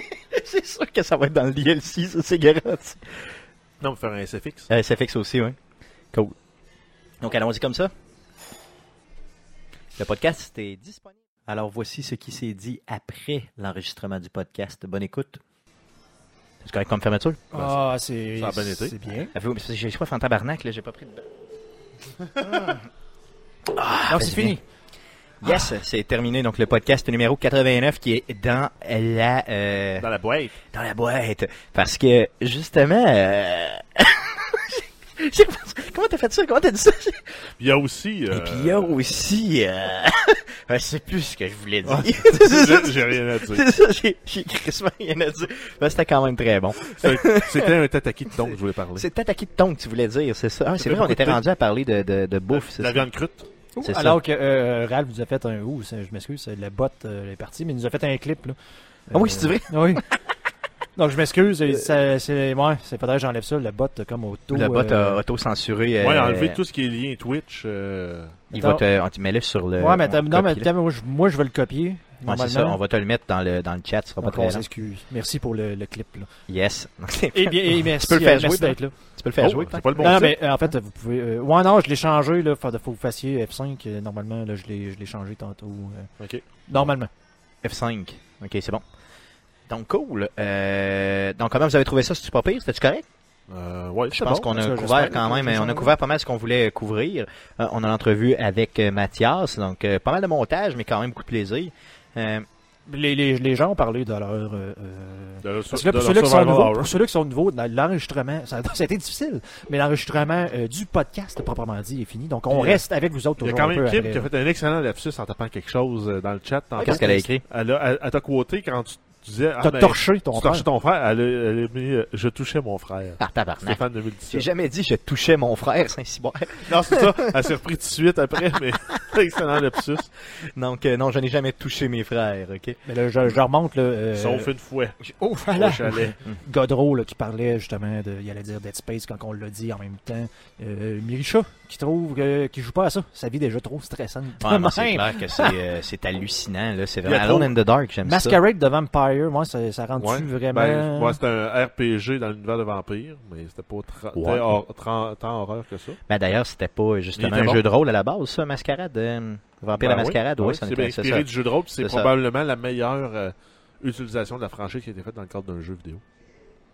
[SPEAKER 1] c'est sûr que ça va être dans le DLC, ça, c'est garanti.
[SPEAKER 2] Non, mais faire un SFX.
[SPEAKER 1] Euh, ça fixe aussi, oui. Cool. Donc, allons-y comme ça. Le podcast est disponible. Alors, voici ce qui s'est dit après l'enregistrement du podcast. Bonne écoute. C'est correct comme fermeture?
[SPEAKER 3] Ah, c'est.
[SPEAKER 2] Ça a bien été.
[SPEAKER 3] C'est bien.
[SPEAKER 1] Avez-vous- mais c'est- J'ai soif en tabarnak, là, j'ai pas pris de...
[SPEAKER 3] Donc,
[SPEAKER 1] vas-y,
[SPEAKER 3] c'est fini.
[SPEAKER 1] Yes, c'est terminé. Donc, le podcast numéro 89 qui est dans la... euh,
[SPEAKER 2] Dans la boîte.
[SPEAKER 1] dans la boîte. Parce que, justement... euh, j'ai- Comment t'as fait ça? Comment t'as dit ça?
[SPEAKER 2] Puis il y a aussi. euh,
[SPEAKER 1] Et puis il y a aussi... Euh... je sais plus ce que je voulais dire.
[SPEAKER 2] j'ai- J'ai rien à dire.
[SPEAKER 1] C'est ça, j'ai j'ai crissement rien à dire. Mais Ben, c'était quand même très bon.
[SPEAKER 2] C'est- C'était un tataki de ton que je voulais parler.
[SPEAKER 1] C'est tataki de ton que tu voulais dire, c'est ça. Ah, c'est
[SPEAKER 2] fait
[SPEAKER 1] vrai, on
[SPEAKER 2] beaucoup
[SPEAKER 1] était
[SPEAKER 2] de
[SPEAKER 1] rendu à parler de, de, de bouffe, c'est
[SPEAKER 2] La
[SPEAKER 1] ça.
[SPEAKER 2] viande crute.
[SPEAKER 3] Ouh,
[SPEAKER 1] C'est
[SPEAKER 3] Alors que euh, Ralph nous a fait un. Ouh, c'est- je m'excuse, c'est la botte euh, est partie, mais il nous a fait un clip. Là. Euh,
[SPEAKER 1] Ah oui, c'est vrai?
[SPEAKER 3] Oui. Donc, je m'excuse. euh, ça- C'est. Ouais, c'est faudrait que j'enlève ça, la botte comme au taux.
[SPEAKER 1] Le
[SPEAKER 3] euh,
[SPEAKER 1] bot a auto-censuré.
[SPEAKER 2] Ouais,
[SPEAKER 1] euh,
[SPEAKER 2] enlever tout ce qui est lien Twitch. euh,
[SPEAKER 1] Il va te, on te met le sur le.
[SPEAKER 3] Ouais, mais t'as-
[SPEAKER 1] on
[SPEAKER 3] non, mais
[SPEAKER 1] copie, là.
[SPEAKER 3] t'as- moi, je- moi, je vais le copier.
[SPEAKER 1] Ouais,
[SPEAKER 3] normalement.
[SPEAKER 1] c'est ça, on va te le mettre dans le, dans le chat, ce sera pas
[SPEAKER 3] Donc,
[SPEAKER 1] très
[SPEAKER 3] on
[SPEAKER 1] long.
[SPEAKER 3] s'excuse. Merci pour le, le clip. Là.
[SPEAKER 1] Yes. tu
[SPEAKER 3] Et bien, et merci,
[SPEAKER 1] peux le faire
[SPEAKER 3] euh, merci
[SPEAKER 1] jouer,
[SPEAKER 3] d'être là.
[SPEAKER 1] peux le faire
[SPEAKER 2] oh,
[SPEAKER 1] jouer,
[SPEAKER 2] c'est pas le bon
[SPEAKER 3] non, non,
[SPEAKER 2] titre.
[SPEAKER 3] mais euh, en fait, vous pouvez. euh, ouais, non, je l'ai changé. Là, faut, faut que vous fassiez F5. euh, normalement, là, je l'ai je l'ai changé tantôt. euh,
[SPEAKER 2] Ok.
[SPEAKER 3] Normalement.
[SPEAKER 1] F5. Ok, c'est bon. Donc, cool. Euh, donc, comment vous avez trouvé ça? C'est-tu pas pire? C'était-tu correct?
[SPEAKER 2] Euh, ouais,
[SPEAKER 1] Je
[SPEAKER 2] c'est
[SPEAKER 1] pense
[SPEAKER 2] bon.
[SPEAKER 1] qu'on
[SPEAKER 3] parce
[SPEAKER 1] a
[SPEAKER 3] que
[SPEAKER 1] couvert
[SPEAKER 3] j'espère
[SPEAKER 1] quand
[SPEAKER 3] que
[SPEAKER 1] même, euh,
[SPEAKER 3] les
[SPEAKER 1] on
[SPEAKER 3] gens
[SPEAKER 1] a
[SPEAKER 3] vont-
[SPEAKER 1] couvert pas mal ce qu'on voulait couvrir. Euh, on a l'entrevue avec euh, Mathias, donc euh, pas mal de montage, mais quand même beaucoup de plaisir. Euh,
[SPEAKER 3] Les, les, les gens ont parlé de leur. euh, euh,
[SPEAKER 2] De leur sur-
[SPEAKER 3] Parce que là, pour
[SPEAKER 2] de
[SPEAKER 3] ceux-là
[SPEAKER 2] leur
[SPEAKER 3] qui, sont
[SPEAKER 2] survival
[SPEAKER 3] nouveaux,
[SPEAKER 2] horror.
[SPEAKER 3] pour ceux-là qui sont nouveaux, dans l'enregistrement, ça, ça a été difficile, mais l'enregistrement euh, du podcast, proprement dit, est fini. Donc, on
[SPEAKER 2] Il y a-
[SPEAKER 3] reste avec vous autres
[SPEAKER 2] euh, Il y a
[SPEAKER 3] toujours
[SPEAKER 2] quand
[SPEAKER 3] un peu
[SPEAKER 2] même Kim
[SPEAKER 3] après.
[SPEAKER 2] qui a fait un excellent lapsus en tapant quelque chose euh, dans le chat. tantôt.
[SPEAKER 1] Qu'est-ce qu'elle a écrit?
[SPEAKER 2] Elle a, elle- elle t'a quoté quand tu, tu disais. Ah,
[SPEAKER 3] T'as
[SPEAKER 2] ben,
[SPEAKER 3] torché ton
[SPEAKER 2] tu
[SPEAKER 3] frère.
[SPEAKER 2] torchais ton frère. Elle a, elle a mis, euh, Je touchais mon frère.
[SPEAKER 1] Ah, tabarnak.
[SPEAKER 2] Stéphane
[SPEAKER 1] J'ai
[SPEAKER 2] 2017.
[SPEAKER 1] jamais dit je touchais mon frère, Saint-Cyboire.
[SPEAKER 2] Non, c'est ça. Elle s'est repris tout de suite après, mais excellent lapsus.
[SPEAKER 1] Donc, euh, non, je n'ai jamais touché mes frères, ok?
[SPEAKER 3] Mais là, je, je remonte le euh,
[SPEAKER 2] Sauf une fois.
[SPEAKER 3] oh,
[SPEAKER 2] Au
[SPEAKER 3] voilà.
[SPEAKER 2] chalet.
[SPEAKER 3] Godreau là, qui parlait justement de, il allait dire Dead Space quand on l'a dit en même temps. Euh, Mirisha qui trouve que- qu'il joue pas à ça. Sa vie est déjà trop stressante.
[SPEAKER 1] Ouais, non,
[SPEAKER 3] Même.
[SPEAKER 1] c'est clair que c'est, euh, c'est hallucinant, là. C'est
[SPEAKER 2] Il y a
[SPEAKER 1] vraiment
[SPEAKER 2] trop-
[SPEAKER 1] Alone in the Dark, j'aime ça.
[SPEAKER 3] Masquerade de Vampire, moi ça, ça rend-tu
[SPEAKER 2] Ouais.
[SPEAKER 3] vraiment
[SPEAKER 2] Ben, ouais, c'était un RPG dans l'univers de vampire, mais c'était pas tra-
[SPEAKER 1] Ouais.
[SPEAKER 2] très hor- tra- tant horreur que ça.
[SPEAKER 1] Mais d'ailleurs, c'était pas euh, justement
[SPEAKER 2] Il
[SPEAKER 1] un
[SPEAKER 2] était
[SPEAKER 1] jeu de rôle à la base, ça, Mascarade. euh, Vampire
[SPEAKER 2] Ben
[SPEAKER 1] la Mascarade, oui, ça
[SPEAKER 2] c'est
[SPEAKER 1] nous
[SPEAKER 2] bien
[SPEAKER 1] connaissait
[SPEAKER 2] inspiré
[SPEAKER 1] ça.
[SPEAKER 2] du jeu de rôle, puis c'est
[SPEAKER 1] C'est ça.
[SPEAKER 2] probablement la meilleure euh, utilisation de la franchise qui a été faite dans le cadre d'un jeu vidéo.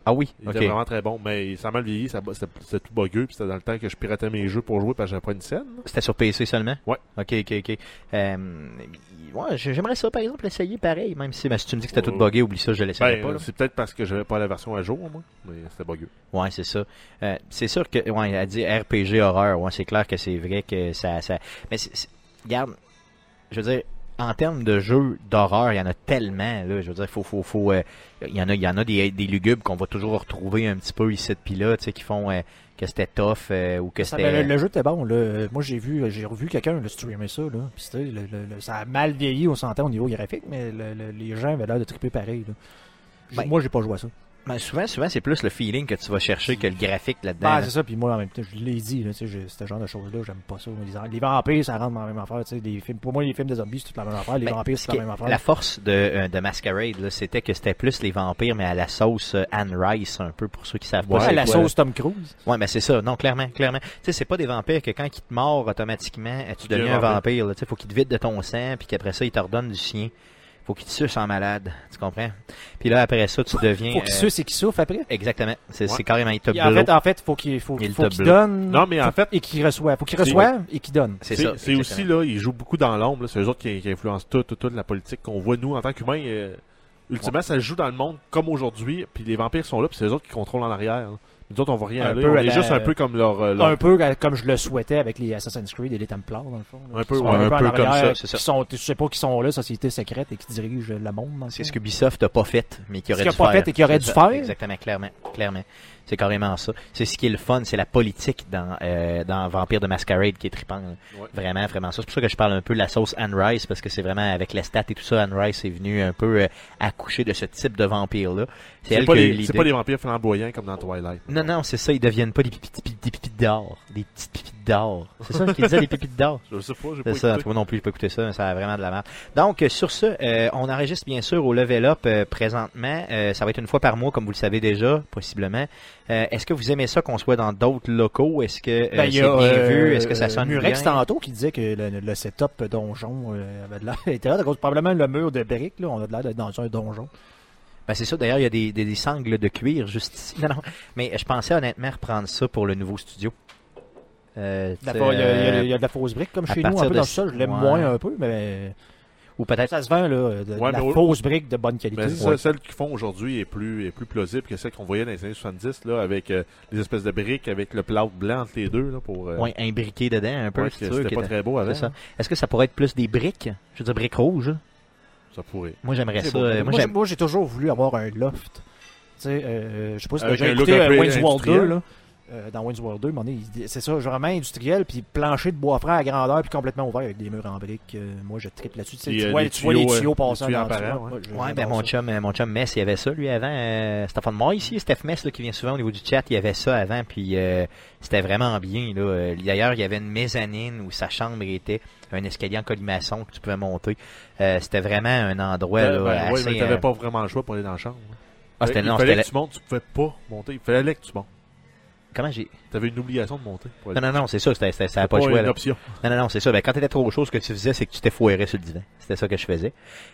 [SPEAKER 1] Ah oui,
[SPEAKER 2] Il
[SPEAKER 1] ok.
[SPEAKER 2] était vraiment très bon, mais ça a mal vieilli, ça- c'était c'était tout bogueux, puis c'était dans le temps que je piratais mes jeux pour jouer parce que j'avais pas une scène.
[SPEAKER 1] C'était sur PC seulement?
[SPEAKER 2] Ouais.
[SPEAKER 1] Ok, ok, ok. Euh, ouais, j'ai- j'aimerais ça, par exemple, essayer pareil, même si, mais si tu me dis que c'était
[SPEAKER 2] Ouais.
[SPEAKER 1] tout buggé, oublie ça, je l'essayerai
[SPEAKER 2] Ben,
[SPEAKER 1] pas. là.
[SPEAKER 2] c'est peut-être parce que j'avais pas la version à jour, moi, mais c'était bogueux.
[SPEAKER 1] Ouais, c'est ça. Euh, c'est sûr que, ouais, elle dit RPG horreur. Ouais, c'est clair que c'est vrai que ça, ça. Mais c'est- c'est- regarde, je veux dire, en termes de jeux d'horreur, il y en a tellement. Là, je veux dire, faut, faut, faut. euh, il y en a, il y en a des, des lugubres qu'on va toujours retrouver un petit peu ici puis là, tu sais, qui font euh, que c'était tough euh, ou que
[SPEAKER 3] Ça,
[SPEAKER 1] c'était.
[SPEAKER 3] ben, le, le jeu était bon. Là. Euh, Moi, j'ai vu, j'ai revu quelqu'un le streamer ça. Là. Puis c'était le- le- le- ça a mal vieilli, on s'entend au niveau graphique, mais le- le- les gens avaient l'air de triper pareil. là. J-
[SPEAKER 1] Ben,
[SPEAKER 3] moi, j'ai pas joué à ça.
[SPEAKER 1] Ben, souvent, souvent, c'est plus le feeling que tu vas chercher que le graphique là-dedans.
[SPEAKER 3] Ben,
[SPEAKER 1] là.
[SPEAKER 3] c'est ça. Puis moi, en même temps, je l'ai dit. Là, tu sais, je- ce genre de choses-là, j'aime pas ça. Les, les vampires, ça rentre dans la même affaire. tu sais, Les films, pour moi, les films de zombies, c'est toute la même affaire. Les
[SPEAKER 1] Ben,
[SPEAKER 3] vampires,
[SPEAKER 1] ce
[SPEAKER 3] c'est la
[SPEAKER 1] qui-
[SPEAKER 3] même affaire.
[SPEAKER 1] La force de, euh, de Masquerade, là, c'était que c'était plus les vampires, mais à la sauce euh, Anne Rice, un peu, pour ceux qui savent
[SPEAKER 3] Ouais,
[SPEAKER 1] pas. c'est
[SPEAKER 3] la
[SPEAKER 1] quoi,
[SPEAKER 3] sauce Tom Cruise.
[SPEAKER 1] là. Ouais, mais c'est ça. Non, clairement, clairement. Tu sais, c'est pas des vampires que quand ils te mordent automatiquement, euh, tu
[SPEAKER 2] Tu deviens
[SPEAKER 1] deviens un
[SPEAKER 2] vampire.
[SPEAKER 1] vampire. là. Tu sais, faut qu'ils te vident de ton sang, puis qu'après ça, ils te redonnent du sien. Faut qu'il te suce en malade, tu comprends? Puis là, après ça, tu deviens...
[SPEAKER 3] Faut qu'il
[SPEAKER 1] euh,
[SPEAKER 3] suce et qu'il souffle après.
[SPEAKER 1] Exactement. C'est
[SPEAKER 2] Ouais.
[SPEAKER 1] c'est carrément les top
[SPEAKER 3] en,
[SPEAKER 1] blow.
[SPEAKER 3] fait, en fait, faut qu'il faut,
[SPEAKER 1] Il
[SPEAKER 3] faut
[SPEAKER 1] te
[SPEAKER 3] qu'il
[SPEAKER 1] bloque.
[SPEAKER 3] donne.
[SPEAKER 2] Non, mais en fait,
[SPEAKER 3] et qu'il reçoive. Faut qu'il
[SPEAKER 2] C'est-
[SPEAKER 3] reçoive et qu'il donne.
[SPEAKER 1] C'est ça.
[SPEAKER 2] c'est c'est aussi,
[SPEAKER 1] exactement.
[SPEAKER 2] là, ils jouent beaucoup dans l'ombre. là. C'est eux autres qui, qui influencent toute tout, tout la politique qu'on voit, nous, en tant qu'humains. euh, ultimement, ça se joue dans le monde comme aujourd'hui, puis les vampires sont là, puis c'est eux autres qui contrôlent en arrière. là. Nous autres, on voit rien
[SPEAKER 3] Un
[SPEAKER 2] aller.
[SPEAKER 3] peu
[SPEAKER 2] on
[SPEAKER 3] à
[SPEAKER 2] est
[SPEAKER 3] la-
[SPEAKER 2] juste un peu comme leur... euh, leur-
[SPEAKER 3] Un peu comme je le souhaitais avec les Assassin's Creed et les Templars, dans le fond. là,
[SPEAKER 2] Un
[SPEAKER 3] qui
[SPEAKER 2] peu,
[SPEAKER 3] sont
[SPEAKER 2] ouais, un
[SPEAKER 3] en
[SPEAKER 2] peu comme
[SPEAKER 3] arrière,
[SPEAKER 1] ça, c'est ça.
[SPEAKER 3] Qui sont, je sais pas, qui sont là, société secrète, et qui dirigent le monde. dans le
[SPEAKER 1] C'est
[SPEAKER 3] fond.
[SPEAKER 1] ce que Ubisoft n'a pas fait, mais qui
[SPEAKER 3] Ce
[SPEAKER 1] aurait
[SPEAKER 3] qu'il
[SPEAKER 1] dû
[SPEAKER 3] a pas
[SPEAKER 1] faire.
[SPEAKER 3] fait et qu'il aurait dû
[SPEAKER 1] C'est ça,
[SPEAKER 3] faire.
[SPEAKER 1] Exactement, clairement. clairement. C'est carrément ça. C'est ce qui est le fun, c'est la politique dans, euh, dans Vampire de Masquerade qui est trippant. là.
[SPEAKER 2] Ouais.
[SPEAKER 1] Vraiment, vraiment ça. C'est pour ça que je parle un peu de la sauce Anne Rice, parce que c'est vraiment avec la stat et tout ça, Anne Rice est venue un peu euh, accoucher de ce type de vampire-là. C'est
[SPEAKER 2] C'est
[SPEAKER 1] elle
[SPEAKER 2] pas,
[SPEAKER 1] qui a eu
[SPEAKER 2] des- c'est
[SPEAKER 1] l'idée.
[SPEAKER 2] pas des vampires flamboyants comme dans Twilight.
[SPEAKER 1] Non, non, c'est ça, ils deviennent pas des pipites, des pipites d'or. Des petites pipites d'or. C'est ça qu'ils disaient, des pipites d'or.
[SPEAKER 2] Je sais pas, j'ai pas
[SPEAKER 1] C'est ça, en
[SPEAKER 2] écouté.
[SPEAKER 1] tout cas, moi non plus, j'ai pas écouté ça, mais ça a vraiment de la merde. Donc, euh, sur ce, euh, on enregistre bien sûr au Level Up euh, présentement. Euh, ça va être une fois par mois, comme vous le savez déjà, possiblement. Euh, Est-ce que vous aimez ça qu'on soit dans d'autres locaux? Est-ce que euh,
[SPEAKER 3] Ben, il
[SPEAKER 1] c'est
[SPEAKER 3] y
[SPEAKER 1] bien
[SPEAKER 3] a, euh,
[SPEAKER 1] vu? Est-ce que ça
[SPEAKER 3] euh,
[SPEAKER 1] sonne
[SPEAKER 3] Murex
[SPEAKER 1] bien?
[SPEAKER 3] tantôt qui disait que le, le setup donjon euh, avait de l'air- était là, donc probablement le mur de briques, là, on a de l'air d'être dans un donjon.
[SPEAKER 1] Ben, c'est ça, d'ailleurs, il y a des, des, des sangles de cuir juste ici. Non, non, mais je pensais honnêtement reprendre ça pour le nouveau studio. Euh, tu sais,
[SPEAKER 3] D'abord, il y a- il y, a-
[SPEAKER 1] euh,
[SPEAKER 3] il y a de la fausse brique comme
[SPEAKER 1] à
[SPEAKER 3] chez nous, un
[SPEAKER 1] partir
[SPEAKER 3] peu
[SPEAKER 1] de
[SPEAKER 3] dans le sol, je l'aime
[SPEAKER 1] ouais.
[SPEAKER 3] moins un peu, mais
[SPEAKER 1] ou peut-être Euh,
[SPEAKER 3] ça se vend, là, de, de
[SPEAKER 2] Ouais,
[SPEAKER 3] la
[SPEAKER 2] mais au-
[SPEAKER 3] fausse brique de bonne qualité.
[SPEAKER 2] Mais c'est
[SPEAKER 3] Ouais.
[SPEAKER 2] ça, celle qu'ils font aujourd'hui est plus, est plus plausible que celle qu'on voyait dans les années 70, là, avec euh, les espèces de briques, avec le plâtre blanc entre les deux, là, pour... euh,
[SPEAKER 1] ouais, un briquet dedans un peu.
[SPEAKER 2] ouais,
[SPEAKER 1] si
[SPEAKER 2] que
[SPEAKER 1] tu veux,
[SPEAKER 2] c'était
[SPEAKER 1] qui
[SPEAKER 2] pas
[SPEAKER 1] était-
[SPEAKER 2] très beau avant.
[SPEAKER 1] c'est ça.
[SPEAKER 2] Ça.
[SPEAKER 1] Est-ce que ça pourrait être plus des briques? Je veux dire, briques rouges.
[SPEAKER 2] pourrait.
[SPEAKER 1] Moi, j'aimerais
[SPEAKER 2] C'est
[SPEAKER 1] ça.
[SPEAKER 2] beau.
[SPEAKER 1] euh,
[SPEAKER 2] Moi,
[SPEAKER 1] Moi,
[SPEAKER 3] Moi, j'ai-
[SPEAKER 1] j'aime.
[SPEAKER 3] moi, j'ai toujours voulu avoir un loft. Tu sais, euh, je sais pas si t'as
[SPEAKER 2] Avec
[SPEAKER 3] déjà
[SPEAKER 2] un look
[SPEAKER 3] écouté
[SPEAKER 2] un peu
[SPEAKER 3] euh, Wayne's World 2,
[SPEAKER 2] industriel.
[SPEAKER 3] là. Euh, dans Wayne's World 2, mon Dieu, il- c'est ça, vraiment industriel, puis plancher de bois franc à grandeur, puis complètement ouvert avec des murs en briques. Euh, moi, je tripe là-dessus. Tu, sais,
[SPEAKER 2] Puis,
[SPEAKER 3] tu
[SPEAKER 2] euh,
[SPEAKER 3] vois,
[SPEAKER 2] les
[SPEAKER 3] tu vois les
[SPEAKER 2] tuyaux, euh,
[SPEAKER 3] tuyaux passant
[SPEAKER 2] les tuyaux
[SPEAKER 3] dans le
[SPEAKER 2] apparents,
[SPEAKER 3] tuyau.
[SPEAKER 2] ouais.
[SPEAKER 3] Moi, je-
[SPEAKER 1] Ouais, ben
[SPEAKER 3] j'adore
[SPEAKER 1] mon
[SPEAKER 3] ça.
[SPEAKER 1] chum, euh, mon chum Mess, il avait ça, lui, avant. Euh, Stéphane Moy, ici, Steph Mess, là, qui vient souvent au niveau du chat, il avait ça avant, puis euh, c'était vraiment bien. là. Euh, D'ailleurs, il y avait une mezzanine où sa chambre était un escalier en colimaçon que tu pouvais monter. Euh, c'était vraiment un endroit là,
[SPEAKER 2] Ben, ouais,
[SPEAKER 1] assez...
[SPEAKER 2] mais t'avais
[SPEAKER 1] euh,
[SPEAKER 2] pas vraiment le choix pour aller dans la chambre. là.
[SPEAKER 1] ah, c'était-
[SPEAKER 2] il
[SPEAKER 1] non,
[SPEAKER 2] fallait
[SPEAKER 1] c'était-
[SPEAKER 2] que tu montes, tu pouvais pas monter. Il fallait que tu montes.
[SPEAKER 1] Comment j'ai...
[SPEAKER 2] T'avais une obligation de monter. pour aller.
[SPEAKER 1] Non, non, non, c'est ça, c'était- c'était- ça n'a
[SPEAKER 2] C'est
[SPEAKER 1] pas joué.
[SPEAKER 2] une
[SPEAKER 1] là.
[SPEAKER 2] option.
[SPEAKER 1] Non, non, non, c'est ça. Ben, quand t'étais trop chaud, ce que tu faisais, c'est que tu t'es foiré sur le divan. C'était ça que je faisais.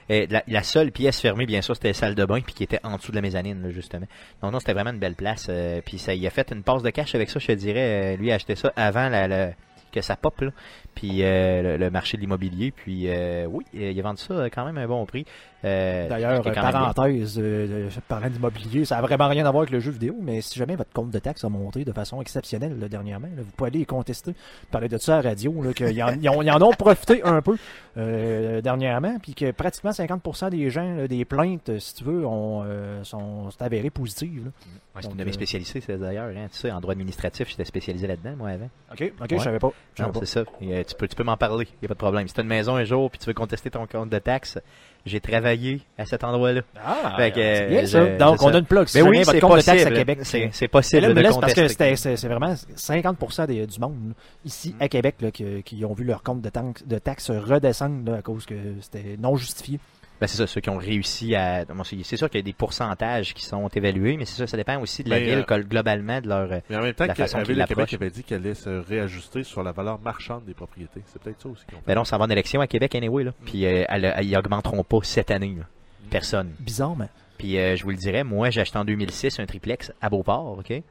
[SPEAKER 1] Et la, la seule pièce fermée, bien sûr, c'était la salle de bain, puis qui était en dessous de la mezzanine, là, justement. Non, non, c'était vraiment une belle place. euh, puis ça, il a fait une passe de cash avec ça, je te dirais. euh, lui a acheté ça avant la, le- que ça pop, là. Puis euh, le, le marché de l'immobilier. Puis euh, oui, euh, il a vendu ça euh, quand même à un bon prix. Euh,
[SPEAKER 3] D'ailleurs,
[SPEAKER 1] c'était
[SPEAKER 3] euh,
[SPEAKER 1] quand même bien.
[SPEAKER 3] parenthèse, euh, euh, parlant d'immobilier, ça n'a vraiment rien à voir avec le jeu vidéo, mais si jamais votre compte de taxes a monté de façon exceptionnelle là, dernièrement, là, vous pouvez aller y contester. Vous parlez de ça à la radio, là, qu'ils en, ils en- ils en ont profité un peu euh, dernièrement, puis que pratiquement 50% des gens, là, des plaintes, euh, si tu veux, ont, euh, sont sont avérées positives. là.
[SPEAKER 1] Ouais, c'est
[SPEAKER 3] Donc,
[SPEAKER 1] une de mes
[SPEAKER 3] euh,
[SPEAKER 1] spécialités, c'est d'ailleurs, hein, tu sais, en droit administratif, j'étais spécialisé là-dedans, moi, avant.
[SPEAKER 3] OK, OK,
[SPEAKER 1] Ouais.
[SPEAKER 3] je savais pas. Je savais
[SPEAKER 1] Non,
[SPEAKER 3] pas.
[SPEAKER 1] c'est ça. Et, euh, tu peux, tu peux m'en parler. Il n'y a pas de problème. Si tu une maison un jour puis tu veux contester ton compte de taxes, j'ai travaillé à cet endroit-là.
[SPEAKER 3] Ah,
[SPEAKER 1] Fait que,
[SPEAKER 3] c'est bien
[SPEAKER 1] euh,
[SPEAKER 3] ça.
[SPEAKER 1] je-
[SPEAKER 3] Donc,
[SPEAKER 1] c'est
[SPEAKER 3] on
[SPEAKER 1] ça.
[SPEAKER 3] a une plug. Si
[SPEAKER 1] Mais
[SPEAKER 3] jamais votre compte de taxes à Québec.
[SPEAKER 1] C'est, c'est
[SPEAKER 3] C'est
[SPEAKER 1] possible
[SPEAKER 3] là, me
[SPEAKER 1] de
[SPEAKER 3] laisse parce
[SPEAKER 1] contester.
[SPEAKER 3] que c'était- c'est c'est vraiment 50% des- du monde là, ici à Québec là, que- qui ont vu leur compte de, tan- de taxes redescendre là, à cause que c'était non justifié.
[SPEAKER 1] Ben, c'est ça, ceux qui ont réussi à... bon, c'est, c'est sûr qu'il y a des pourcentages qui sont évalués, mais c'est ça, ça dépend aussi de la
[SPEAKER 2] Mais,
[SPEAKER 1] ville,
[SPEAKER 2] euh,
[SPEAKER 1] col- globalement, de leur... euh,
[SPEAKER 2] Mais en même temps,
[SPEAKER 1] La
[SPEAKER 2] que
[SPEAKER 1] façon
[SPEAKER 2] la
[SPEAKER 1] qu'il
[SPEAKER 2] ville de Québec
[SPEAKER 1] l'approche.
[SPEAKER 2] avait dit qu'elle allait se réajuster sur la valeur marchande des propriétés. C'est peut-être ça aussi qu'ils ont fait.
[SPEAKER 1] Ben là, on s'en va en élection à Québec, anyway, là. Puis euh, elle- elle- ils augmenteront pas cette année, là.
[SPEAKER 2] Mm.
[SPEAKER 1] Personne.
[SPEAKER 3] Bizarre, mais
[SPEAKER 1] Puis euh, je vous le dirais, moi, j'ai acheté en 2006 un triplex à Beauport, OK? Et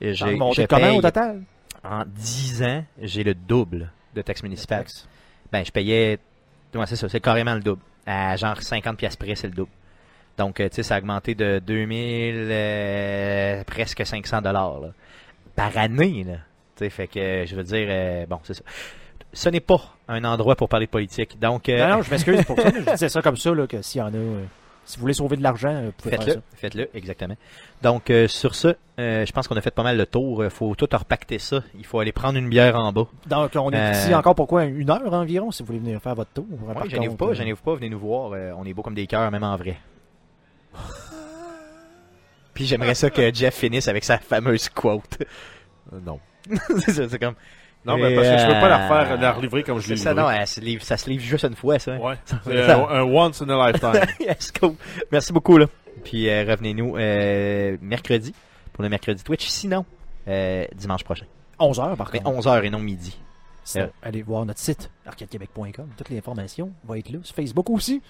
[SPEAKER 3] ça
[SPEAKER 1] J'ai,
[SPEAKER 3] a remonté
[SPEAKER 1] je
[SPEAKER 3] comment
[SPEAKER 1] paye-
[SPEAKER 3] au total?
[SPEAKER 1] en 10 ans, j'ai le double de taxe municipale.
[SPEAKER 3] Taxes.
[SPEAKER 1] Ben, je payais. Ouais, c'est ça, c'est carrément le double. À genre 50 pièces près, c'est le double. Donc, euh, tu sais, ça a augmenté de 2000, euh, presque 500 dollars par année. Là. Tu sais, fait que euh, je veux dire, euh, bon, c'est ça. Ce n'est pas un endroit pour parler de politique. Donc, euh,
[SPEAKER 3] Non, non, je m'excuse pour ça. mais je disais ça comme ça, là, que s'il y en a, euh, si vous voulez sauver de l'argent, euh, vous pouvez faire
[SPEAKER 1] Faites-le,
[SPEAKER 3] ça.
[SPEAKER 1] faites-le, exactement. Donc, euh, sur ce, euh, je pense qu'on a fait pas mal le tour. Il faut tout repacter ça. Il faut aller prendre une bière en bas.
[SPEAKER 3] Donc, on est
[SPEAKER 1] Euh,
[SPEAKER 3] ici encore pour quoi? Une heure environ, si vous voulez venir faire votre tour. Par
[SPEAKER 1] Ouais, gênez-vous
[SPEAKER 3] contre,
[SPEAKER 1] pas,
[SPEAKER 3] euh,
[SPEAKER 1] gênez-vous pas, venez nous voir. euh, on est beau comme des cœurs, même en vrai. Puis j'aimerais ça que Jeff finisse avec sa fameuse quote.
[SPEAKER 2] Euh, non.
[SPEAKER 1] c'est ça, c'est comme.
[SPEAKER 2] Non, mais parce que je peux pas la
[SPEAKER 1] Euh,
[SPEAKER 2] refaire, la relivrer comme je l'ai
[SPEAKER 1] C'est ça,
[SPEAKER 2] livrée.
[SPEAKER 1] non, elle se livre- ça se livre juste une fois, ça. hein.
[SPEAKER 2] Ouais. C'est un, un once in a lifetime.
[SPEAKER 1] Yes, cool. Merci beaucoup, là. Puis euh, revenez-nous euh, mercredi pour le mercredi Twitch. Sinon, euh, dimanche prochain.
[SPEAKER 3] 11 heures, par
[SPEAKER 1] Mais
[SPEAKER 3] contre.
[SPEAKER 1] 11h et non midi.
[SPEAKER 3] Sinon, Allez voir notre site, arcadequebec.com. Toutes les informations vont être là. Sur Facebook aussi.